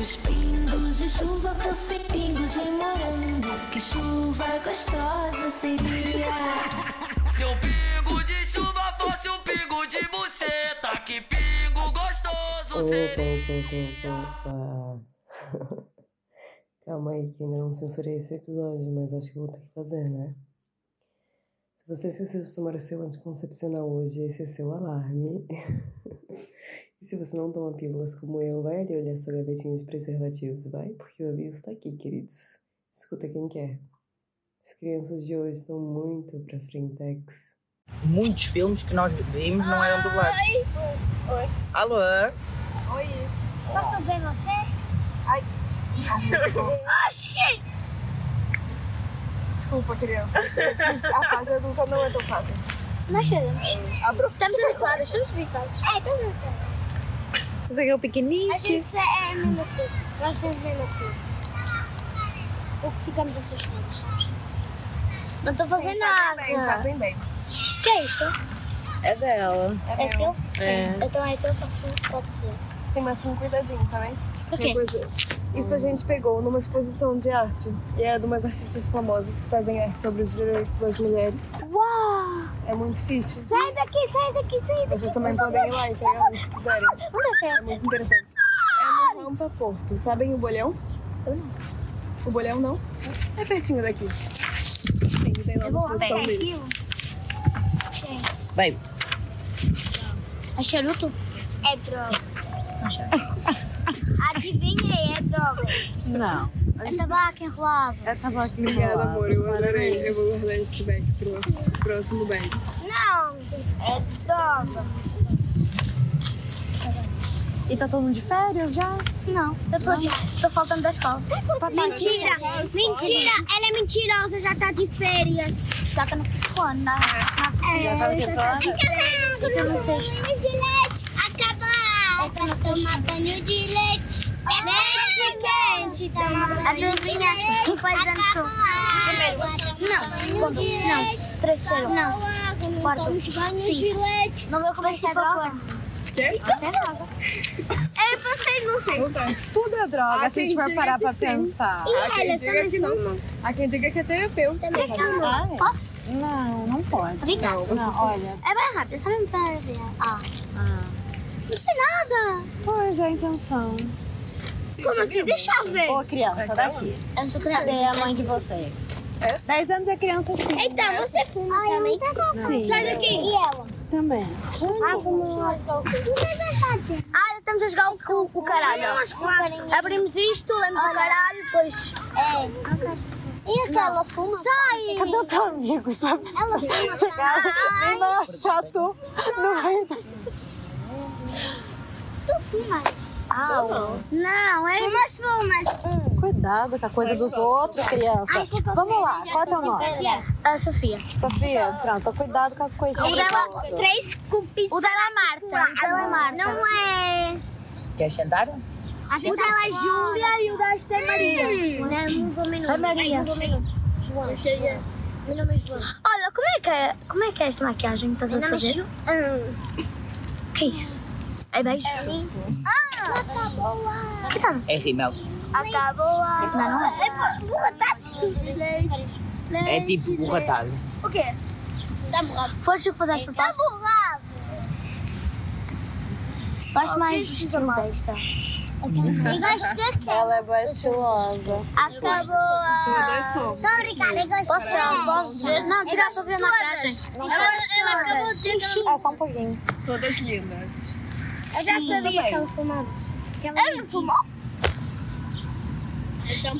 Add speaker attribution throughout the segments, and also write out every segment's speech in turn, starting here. Speaker 1: os pingos de chuva fossem pingos de morango, que chuva gostosa seria.
Speaker 2: Se um pingo de chuva fosse um pingo de buceta, que pingo gostoso
Speaker 3: Opa,
Speaker 2: seria.
Speaker 3: opa, opa, opa, opa. Calma aí, que ainda não censurei esse episódio, mas acho que vou ter que fazer, né? Se você esqueceu de tomar o seu anticoncepcional hoje, esse é seu alarme. e se você não toma pílulas como eu, vai ali olhar sua gavetinha de preservativos, vai, porque o aviso tá aqui, queridos. Escuta quem quer. As crianças de hoje estão muito pra frentex.
Speaker 4: muitos filmes que nós vimos não eram dublados.
Speaker 5: Oi.
Speaker 4: Alô?
Speaker 5: Oi.
Speaker 1: Posso ver você?
Speaker 5: Achei! Desculpa, crianças. Esses- A fase adulta não é tão fácil.
Speaker 1: Nós chegamos.
Speaker 5: A prof...
Speaker 1: Estamos habituados, estamos habituados. É, estamos habituados.
Speaker 4: Você que é o pequenininho?
Speaker 1: A gente é mesmo assim. Nós somos mesmo assim. Porque ficamos assustados. Não estou fazendo
Speaker 5: Bem,
Speaker 1: nada.
Speaker 5: fazem bem.
Speaker 1: O que é isto?
Speaker 4: É dela.
Speaker 5: É,
Speaker 1: É
Speaker 5: meu.
Speaker 1: teu?
Speaker 4: É.
Speaker 1: Então é teu, posso, posso ver.
Speaker 5: Sim, mas com cuidadinho, tá bem?
Speaker 1: Por quê?
Speaker 5: Tem coisa- Isso a gente pegou numa exposição de arte. E é de umas artistas famosas que fazem arte sobre os direitos das mulheres.
Speaker 1: Uau!
Speaker 5: É muito fixe.
Speaker 1: Sai daqui, sai daqui, sai daqui.
Speaker 5: Vocês também podem ir lá e pegar um, se quiserem.
Speaker 1: Vamos ver.
Speaker 5: É muito interessante. É no Pampa Porto. Sabem o bolhão? O bolhão não? É pertinho daqui. Sim, tem lá
Speaker 1: Eu
Speaker 5: uma
Speaker 1: vou lá
Speaker 5: exposição
Speaker 1: pegar aqui.
Speaker 5: deles.
Speaker 4: Vai.
Speaker 1: É charuto? É droga. Adivinhei, é droga.
Speaker 4: Não.
Speaker 1: É tabaco enrolado.
Speaker 4: É tabaco
Speaker 5: Obrigada, amor. Eu adorei. Eu vou guardar esse back pro próximo back.
Speaker 1: Não, é droga.
Speaker 4: E tá todo mundo de férias já? Tá
Speaker 1: Não, eu tô, de, tô faltando da escola. Mentira, mentira, ela é mentirosa, já tá de férias. Já tá no quinto ano, né? É, já tá no quinto ano. Fica no sexto. Acabou, tá tomando de leite. É Leite quente, tá A dorzinha faz anto. é, Não, segundo, não, terceiro. Não, quarto, sim. Não vou começar agora.
Speaker 5: Quê?
Speaker 1: Isso é droga. É, vocês não sei.
Speaker 6: Tudo é droga,
Speaker 5: Ah,
Speaker 6: se a gente
Speaker 5: quem
Speaker 6: for
Speaker 5: diga
Speaker 6: parar
Speaker 5: que
Speaker 6: pra
Speaker 5: sim.
Speaker 6: pensar.
Speaker 5: Há
Speaker 1: E
Speaker 5: quem
Speaker 1: elas
Speaker 5: diga que
Speaker 1: também
Speaker 5: não, não. Há quem diga que é terapêutica. sabe?
Speaker 1: não. Posso?
Speaker 6: Não, não pode.
Speaker 1: Obrigada.
Speaker 6: Não, olha.
Speaker 1: É mais rápido, só me ver. Ah. Não sei nada.
Speaker 6: Pois é a intenção.
Speaker 1: Como assim? Deixa eu ver.
Speaker 6: Ô, criança, daqui.
Speaker 1: Eu não sou
Speaker 6: Cadê a
Speaker 1: criança.
Speaker 6: mãe de vocês? 10 anos é criança sim.
Speaker 1: Então, você fuma Ai, também?
Speaker 6: Sim.
Speaker 1: Sai daqui. E ela?
Speaker 6: Também.
Speaker 1: Ah, fuma. Ah, estamos a jogar o cu, o caralho. Abrimos isto, lemos o caralho, depois... É. E aquela fuma? Sai.
Speaker 6: Cadê o teu amigo? Sabe?
Speaker 1: Ela fuma.
Speaker 6: Chegado, nem lá chato. Não vai
Speaker 1: Tu fumas? Não, é... Fumas, fumas.
Speaker 6: Cuidado com a coisa dos outros, criança. Vamos lá, qual é teu nome?
Speaker 1: A Sofia.
Speaker 6: Sofia, pronto, cuidado com as coisinhas. dos outros.
Speaker 1: três cupis. O dela é Marta. O dela é Marta. Não é.
Speaker 4: Quer sentar?
Speaker 1: O dela é Júlia e o dela é Maria. É Maria. João. Meu nome é João. Olha, como é que é, como é, que é esta maquiagem que estás a fazer? O que é isso? É beijo? Ah, que estás a
Speaker 4: É rímel.
Speaker 1: Acabou a... Não, não é. É borratado.
Speaker 4: É tipo borratado.
Speaker 1: O quê? Tá borrado. Foste o que fazeste por Tá borrado. Gosto mais do estilo desta. E gosto desta.
Speaker 6: Ela é boa estilosa.
Speaker 1: Acabou. Muito obrigada. Posso tirar? Posso tirar? Não, tirar para ver a maquiagem. Ela acabou de dizer que
Speaker 6: É, só um pouquinho.
Speaker 5: Todas lindas.
Speaker 1: Eu já sabia que ela fumava. Ela não fumou?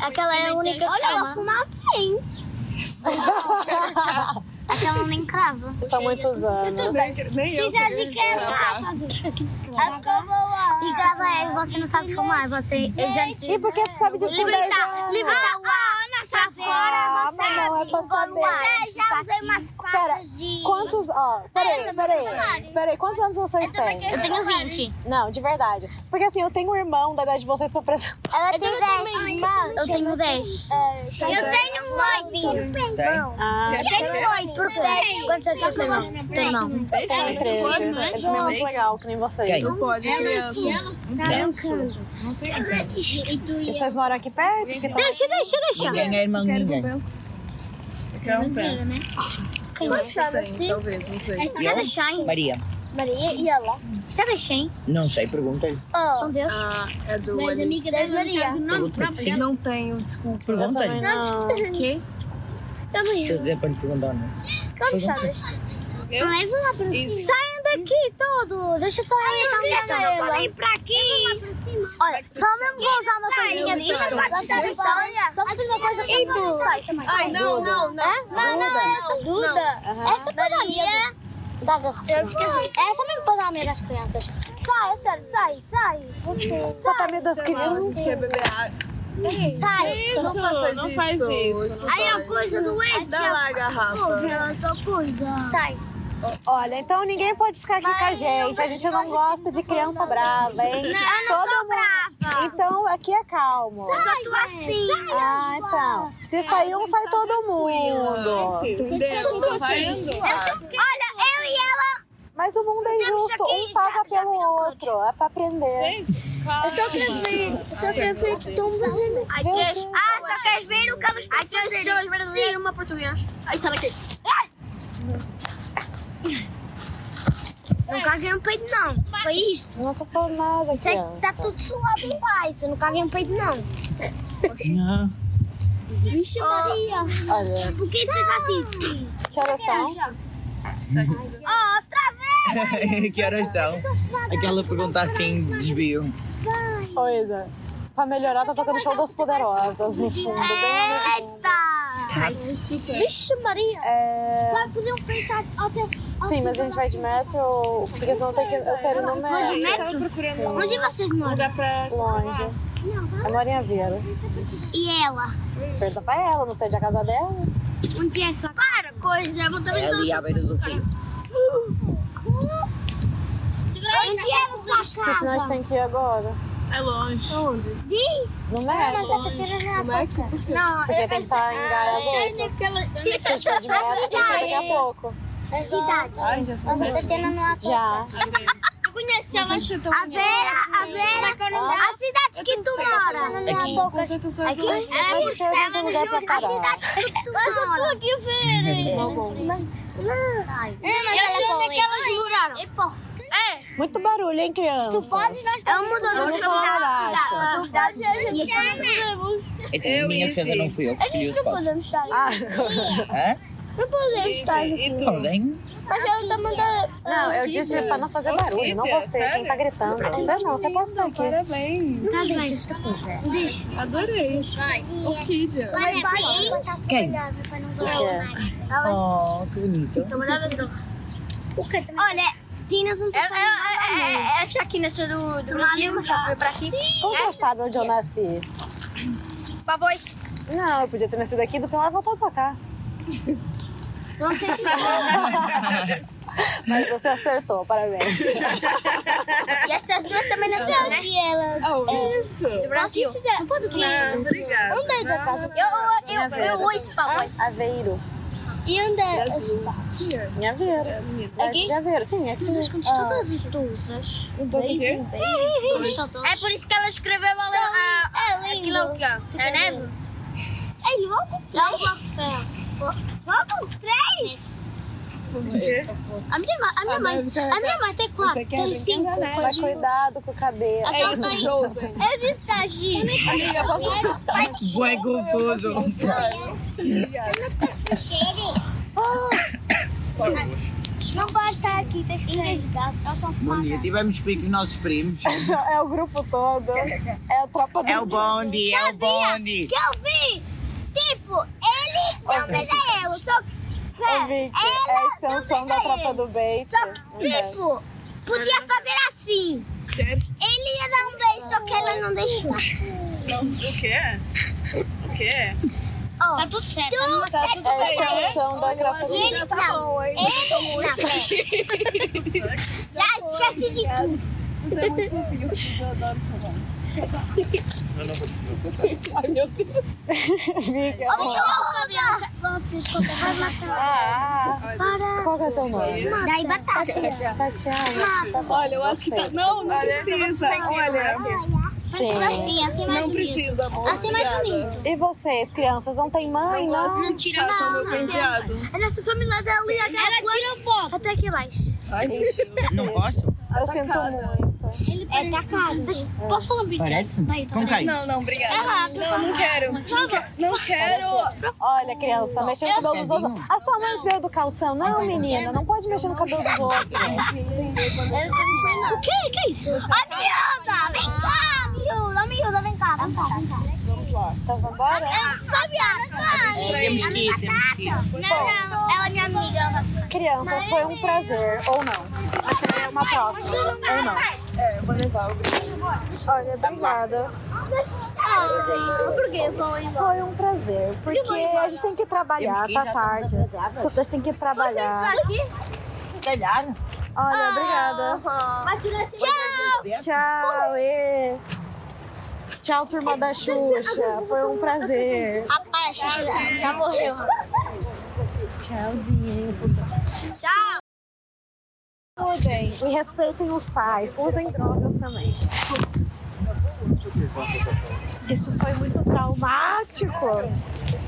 Speaker 1: Aquela é a única que Olha, fuma. ela fumava bem. Aquela nem crava.
Speaker 6: São muitos anos.
Speaker 5: Nem, nem eu.
Speaker 1: Precisa de quebrar. E grava é, você não sabe fumar, você é gente.
Speaker 6: E por que tu sabe disso com 10
Speaker 1: Libertar,
Speaker 6: anos?
Speaker 1: libertar. Ah, Ana passar fora,
Speaker 6: mas não, é pra saber. Tá
Speaker 1: Já, já usei umas
Speaker 6: Pera,
Speaker 1: passas de...
Speaker 6: quantos. Ó, peraí, peraí. Peraí, quantos anos vocês têm?
Speaker 1: Eu tenho 20.
Speaker 6: Não, de verdade. Porque assim, eu tenho um irmão da idade de vocês pra apresentar.
Speaker 1: Ela tem 10. Eu tenho 10. Eu tenho um 9.
Speaker 6: Ah,
Speaker 1: Eu tenho 8. Por 7. Quantos anos você tem? não? Tem não.
Speaker 6: tem três. Eles também é muito legal, que nem vocês.
Speaker 5: Não pode, criança.
Speaker 6: E vocês moram aqui perto? Porque tá-
Speaker 1: Deixa, deixa, deixa.
Speaker 4: Ninguém é irmão de
Speaker 5: Quero
Speaker 4: ninguém.
Speaker 5: compensa. Quero compensa.
Speaker 1: Quem é?
Speaker 5: Tem, talvez, não sei.
Speaker 1: Deixa deixar, hein?
Speaker 4: Maria,
Speaker 1: Maria e ela. Deixa deixar, hein?
Speaker 4: não sei, pergunta-lhe.
Speaker 1: São Deus.
Speaker 5: Ah, é do Olhe.
Speaker 1: da Maria.
Speaker 5: Sim, Não tenho, desculpa.
Speaker 4: Pergunta-lhe.
Speaker 6: Não.
Speaker 5: Que?
Speaker 4: Quer dizer para lhe perguntar, não?
Speaker 1: Como chamas? Leva lá pra cima. Saiam daqui todos. Deixa eu só arrebentar essa Vem pra aqui. Olha, só mesmo vou usar uma coisinha aqui. Só fazer uma coisa que não sai também.
Speaker 5: Ai, não, não, não.
Speaker 1: Não, não, essa Duda. Essa é pra Maria. Da garrafa. Essa mesmo pra dar medo às crianças. Sai, é sério, sai, sai.
Speaker 6: Só tá medo das
Speaker 5: Não, a
Speaker 6: crianças.
Speaker 5: gente quer beber água.
Speaker 1: Sai.
Speaker 5: Não faças não isso. Faz isso.
Speaker 1: Aí é coisa do
Speaker 5: Dá lá a garrafa.
Speaker 1: Sai.
Speaker 6: Olha, então ninguém pode ficar aqui com a gente. A gente não gosta de criança brava, hein?
Speaker 1: Eu não sou brava.
Speaker 6: Então aqui é calmo.
Speaker 1: Eu só é, tô assim.
Speaker 6: Ah, então. Se sair um,
Speaker 1: tá
Speaker 6: sai todo mundo.
Speaker 5: Entendeu? Não vai zoar.
Speaker 1: Olha, eu e ela.
Speaker 6: Mas o mundo é injusto. Um paga pelo outro. É pra aprender.
Speaker 1: É Só que eu fiz tão fazendo. Ah, só queres ver o que vamos fazer? Há três pessoas brasileiras uma portuguesa. Aí está aqui. Não caguei no peito, não. Foi isto.
Speaker 6: Não tô falando nada,
Speaker 1: Sei que está
Speaker 6: criança.
Speaker 1: tudo suado em baixo. Não caguei no peito, não.
Speaker 4: Não.
Speaker 1: Vixe, Maria.
Speaker 6: Olha,
Speaker 1: Por que fez assim?
Speaker 6: que horas são?
Speaker 1: Oh, outra vez.
Speaker 4: é? que horas são? Aquela pergunta assim de desvio.
Speaker 6: Coisa. Pra melhorar, tá tocando show das poderosas no fundo. Bem...
Speaker 1: Eita. Vixe, Maria.
Speaker 6: É...
Speaker 1: Agora podiam pensar até...
Speaker 6: Sim, mas a gente vai de metro, porque senão tem que. Eu quero ir no
Speaker 1: Onde
Speaker 6: metro.
Speaker 1: metro? Onde vocês moram?
Speaker 6: Longe. A Marinha Vieira.
Speaker 1: E ela?
Speaker 6: Pergunta pra ela, não sei de a casa dela.
Speaker 1: Onde é sua Para, coisa. Eu também
Speaker 4: É ali à beira do rio.
Speaker 1: Onde é sua
Speaker 6: Porque senão a gente tem que ir agora.
Speaker 5: É longe. Onde?
Speaker 1: Diz.
Speaker 6: No metro.
Speaker 5: Como é que?
Speaker 1: Não, Ah,
Speaker 6: Porque tem que estar em Gaia às
Speaker 1: é
Speaker 6: oito. Se a gente for de
Speaker 1: tá,
Speaker 6: metro, tem que ir daqui a pouco.
Speaker 1: A cidade.
Speaker 5: Ai, já são
Speaker 1: Onde
Speaker 5: sete.
Speaker 1: tá tendo uma...
Speaker 6: Já.
Speaker 1: Eu conheço ela.
Speaker 5: Acho que eu tô-
Speaker 1: A Vera, a Vera. A cidade que é tu mora.
Speaker 6: É
Speaker 4: Aqui.
Speaker 5: Concentrações
Speaker 1: Aqui
Speaker 5: longe.
Speaker 1: é
Speaker 6: Mas eu quero ver um lugar pra
Speaker 1: a
Speaker 6: parar.
Speaker 1: cidade que tu mora. Eu aqui, Vera.
Speaker 5: Mal bom.
Speaker 1: É, mas eu sei onde é que elas moraram. É.
Speaker 6: Muito barulho, hein, criança?
Speaker 1: Podes nós... Ela mudou
Speaker 6: Eu
Speaker 1: É de
Speaker 6: não sou madrasta.
Speaker 1: cidade. é Cidade.
Speaker 4: É Assim, a minha defesa não fui eu que escolhi os potes.
Speaker 1: podemos estar.
Speaker 6: Ah,
Speaker 4: Hã?
Speaker 1: Não podemos estar.
Speaker 4: Alguém?
Speaker 1: Mas ela tá mandando...
Speaker 6: não, eu disse pra não fazer barulho, não você, quem tá gritando. Você não, você pode ficar aqui.
Speaker 5: Parabéns.
Speaker 1: Tá bem. Se tu quiser. Diz.
Speaker 5: Adorei. O Kidia.
Speaker 1: Olha,
Speaker 4: Quem?
Speaker 1: tá
Speaker 6: Porque
Speaker 4: Oh, que bonito.
Speaker 1: Olha, Dinas não tá falando É a Shaquina, sua do, do Brasil, já foi pra aqui.
Speaker 6: como você sabe onde eu nasci?
Speaker 1: Pra voz.
Speaker 6: Não, eu podia ter nascido aqui do pilar voltou pra cá.
Speaker 1: Você
Speaker 6: Mas você acertou, parabéns.
Speaker 1: E essas duas também não são, né? E ela.
Speaker 5: Oh, isso.
Speaker 1: Do Brasil. Não pode crer.
Speaker 5: Obrigada.
Speaker 1: Andei da é casa. Eu, eu, eu, eu ouço pra voz.
Speaker 6: Aveiro.
Speaker 1: E é? andei.
Speaker 6: Em Aveiro. Cidade
Speaker 1: Aqui?
Speaker 6: de Aveiro, sim, É aqui. Ah,
Speaker 1: isso tu usas?
Speaker 5: um
Speaker 6: em português?
Speaker 1: É por isso que ela escreveu a, a, a, aquilo que é a neve. É logo três. Logo três? A minha, ma- a
Speaker 5: Ah,
Speaker 1: minha mãe, a
Speaker 5: tá,
Speaker 1: minha mãe tem quatro, tem cinco.
Speaker 6: Mas cuidado com o
Speaker 5: É
Speaker 6: cabelo.
Speaker 1: Aquela mãe- Eu disse que a Gi.
Speaker 5: Amiga, posso
Speaker 4: Bué confuso.
Speaker 1: Não pode estar aqui, tem que ser gato. Eu sou
Speaker 4: Maria, tivemos que ir com os nossos primos.
Speaker 6: É o grupo todo. É a tropa do.
Speaker 4: É o bonde, é o bonde.
Speaker 1: Que eu vi, tipo, ele talvez é eu, só que
Speaker 6: Ô, Vicky, é a extensão da tropa do bait.
Speaker 1: Só que, tipo, podia fazer assim.
Speaker 5: querer?
Speaker 1: Ele ia dar um beijo, só que ela não deixou.
Speaker 5: O quê? O quê?
Speaker 1: Ó, ó. Tá tudo certo. Tu tá tudo
Speaker 6: É a
Speaker 1: então,
Speaker 6: escalação da Crapolinha.
Speaker 1: Ele
Speaker 5: tá
Speaker 1: não. Ele na frente. Já esqueci de tudo.
Speaker 5: Você é muito fofinho. Eu adoro essa voz.
Speaker 6: Fica.
Speaker 1: Ô, Gabriel, vou fiscar vai matar.
Speaker 6: Ah,
Speaker 1: Para.
Speaker 6: qual que é o seu nome?
Speaker 1: Daí batata.
Speaker 6: Tatiana.
Speaker 1: Mata.
Speaker 5: Olha, eu acho que tá. Não, não precisa. Olha, é
Speaker 1: Olha. Mas tipo assim, assim mais
Speaker 5: não
Speaker 1: bonito.
Speaker 5: precisa, amor.
Speaker 1: Assim mais bonito.
Speaker 6: E vocês, crianças, não tem mãe, não?
Speaker 1: Não tira
Speaker 5: Façam meu
Speaker 1: não.
Speaker 5: penteado.
Speaker 1: A nossa família dela e a Ela tira um pouco. Até aqui mais.
Speaker 5: Ai,
Speaker 4: Não posso?
Speaker 6: Eu sinto muito.
Speaker 1: É da casa. Posso falar um brinquedo?
Speaker 4: Parece?
Speaker 1: Daí, tá
Speaker 4: Como cai?
Speaker 5: Não, não, obrigada.
Speaker 1: É rápido.
Speaker 5: Não, não quero. Não quero. Não quero.
Speaker 6: Olha, criança, mexendo no cabelo dos outros. A sua mãe não deu educação, não, menina? Não pode mexer no cabelo dos outros.
Speaker 1: O que? que é isso? Ô, miúda! Vem cá, miúda! Miúda, vem cá, vem cá, vem cá. Ah,
Speaker 6: Vamos lá. Então, vambora?
Speaker 1: Fabiana,
Speaker 4: Temos que ir, temos que ir.
Speaker 1: Não, não. Ela é minha amiga. Ela vai ficar.
Speaker 6: Crianças, foi um prazer, ou não. Até uma próxima, ou não.
Speaker 5: É, eu vou levar. Obrigada.
Speaker 6: Olha, obrigada.
Speaker 1: Ah, por que?
Speaker 6: Foi um prazer, porque a gente tem que trabalhar, tá tarde. Todas têm que
Speaker 1: Tá
Speaker 6: trabalhar.
Speaker 1: aqui?
Speaker 6: Olha, obrigada.
Speaker 1: Tchau!
Speaker 6: Tchau, e... Tchau, turma da Xuxa. Foi um prazer.
Speaker 1: Rapaz, já morreu. Tchau, Diego.
Speaker 6: Mudem e respeitem os pais. Usem drogas também. Isso foi muito traumático.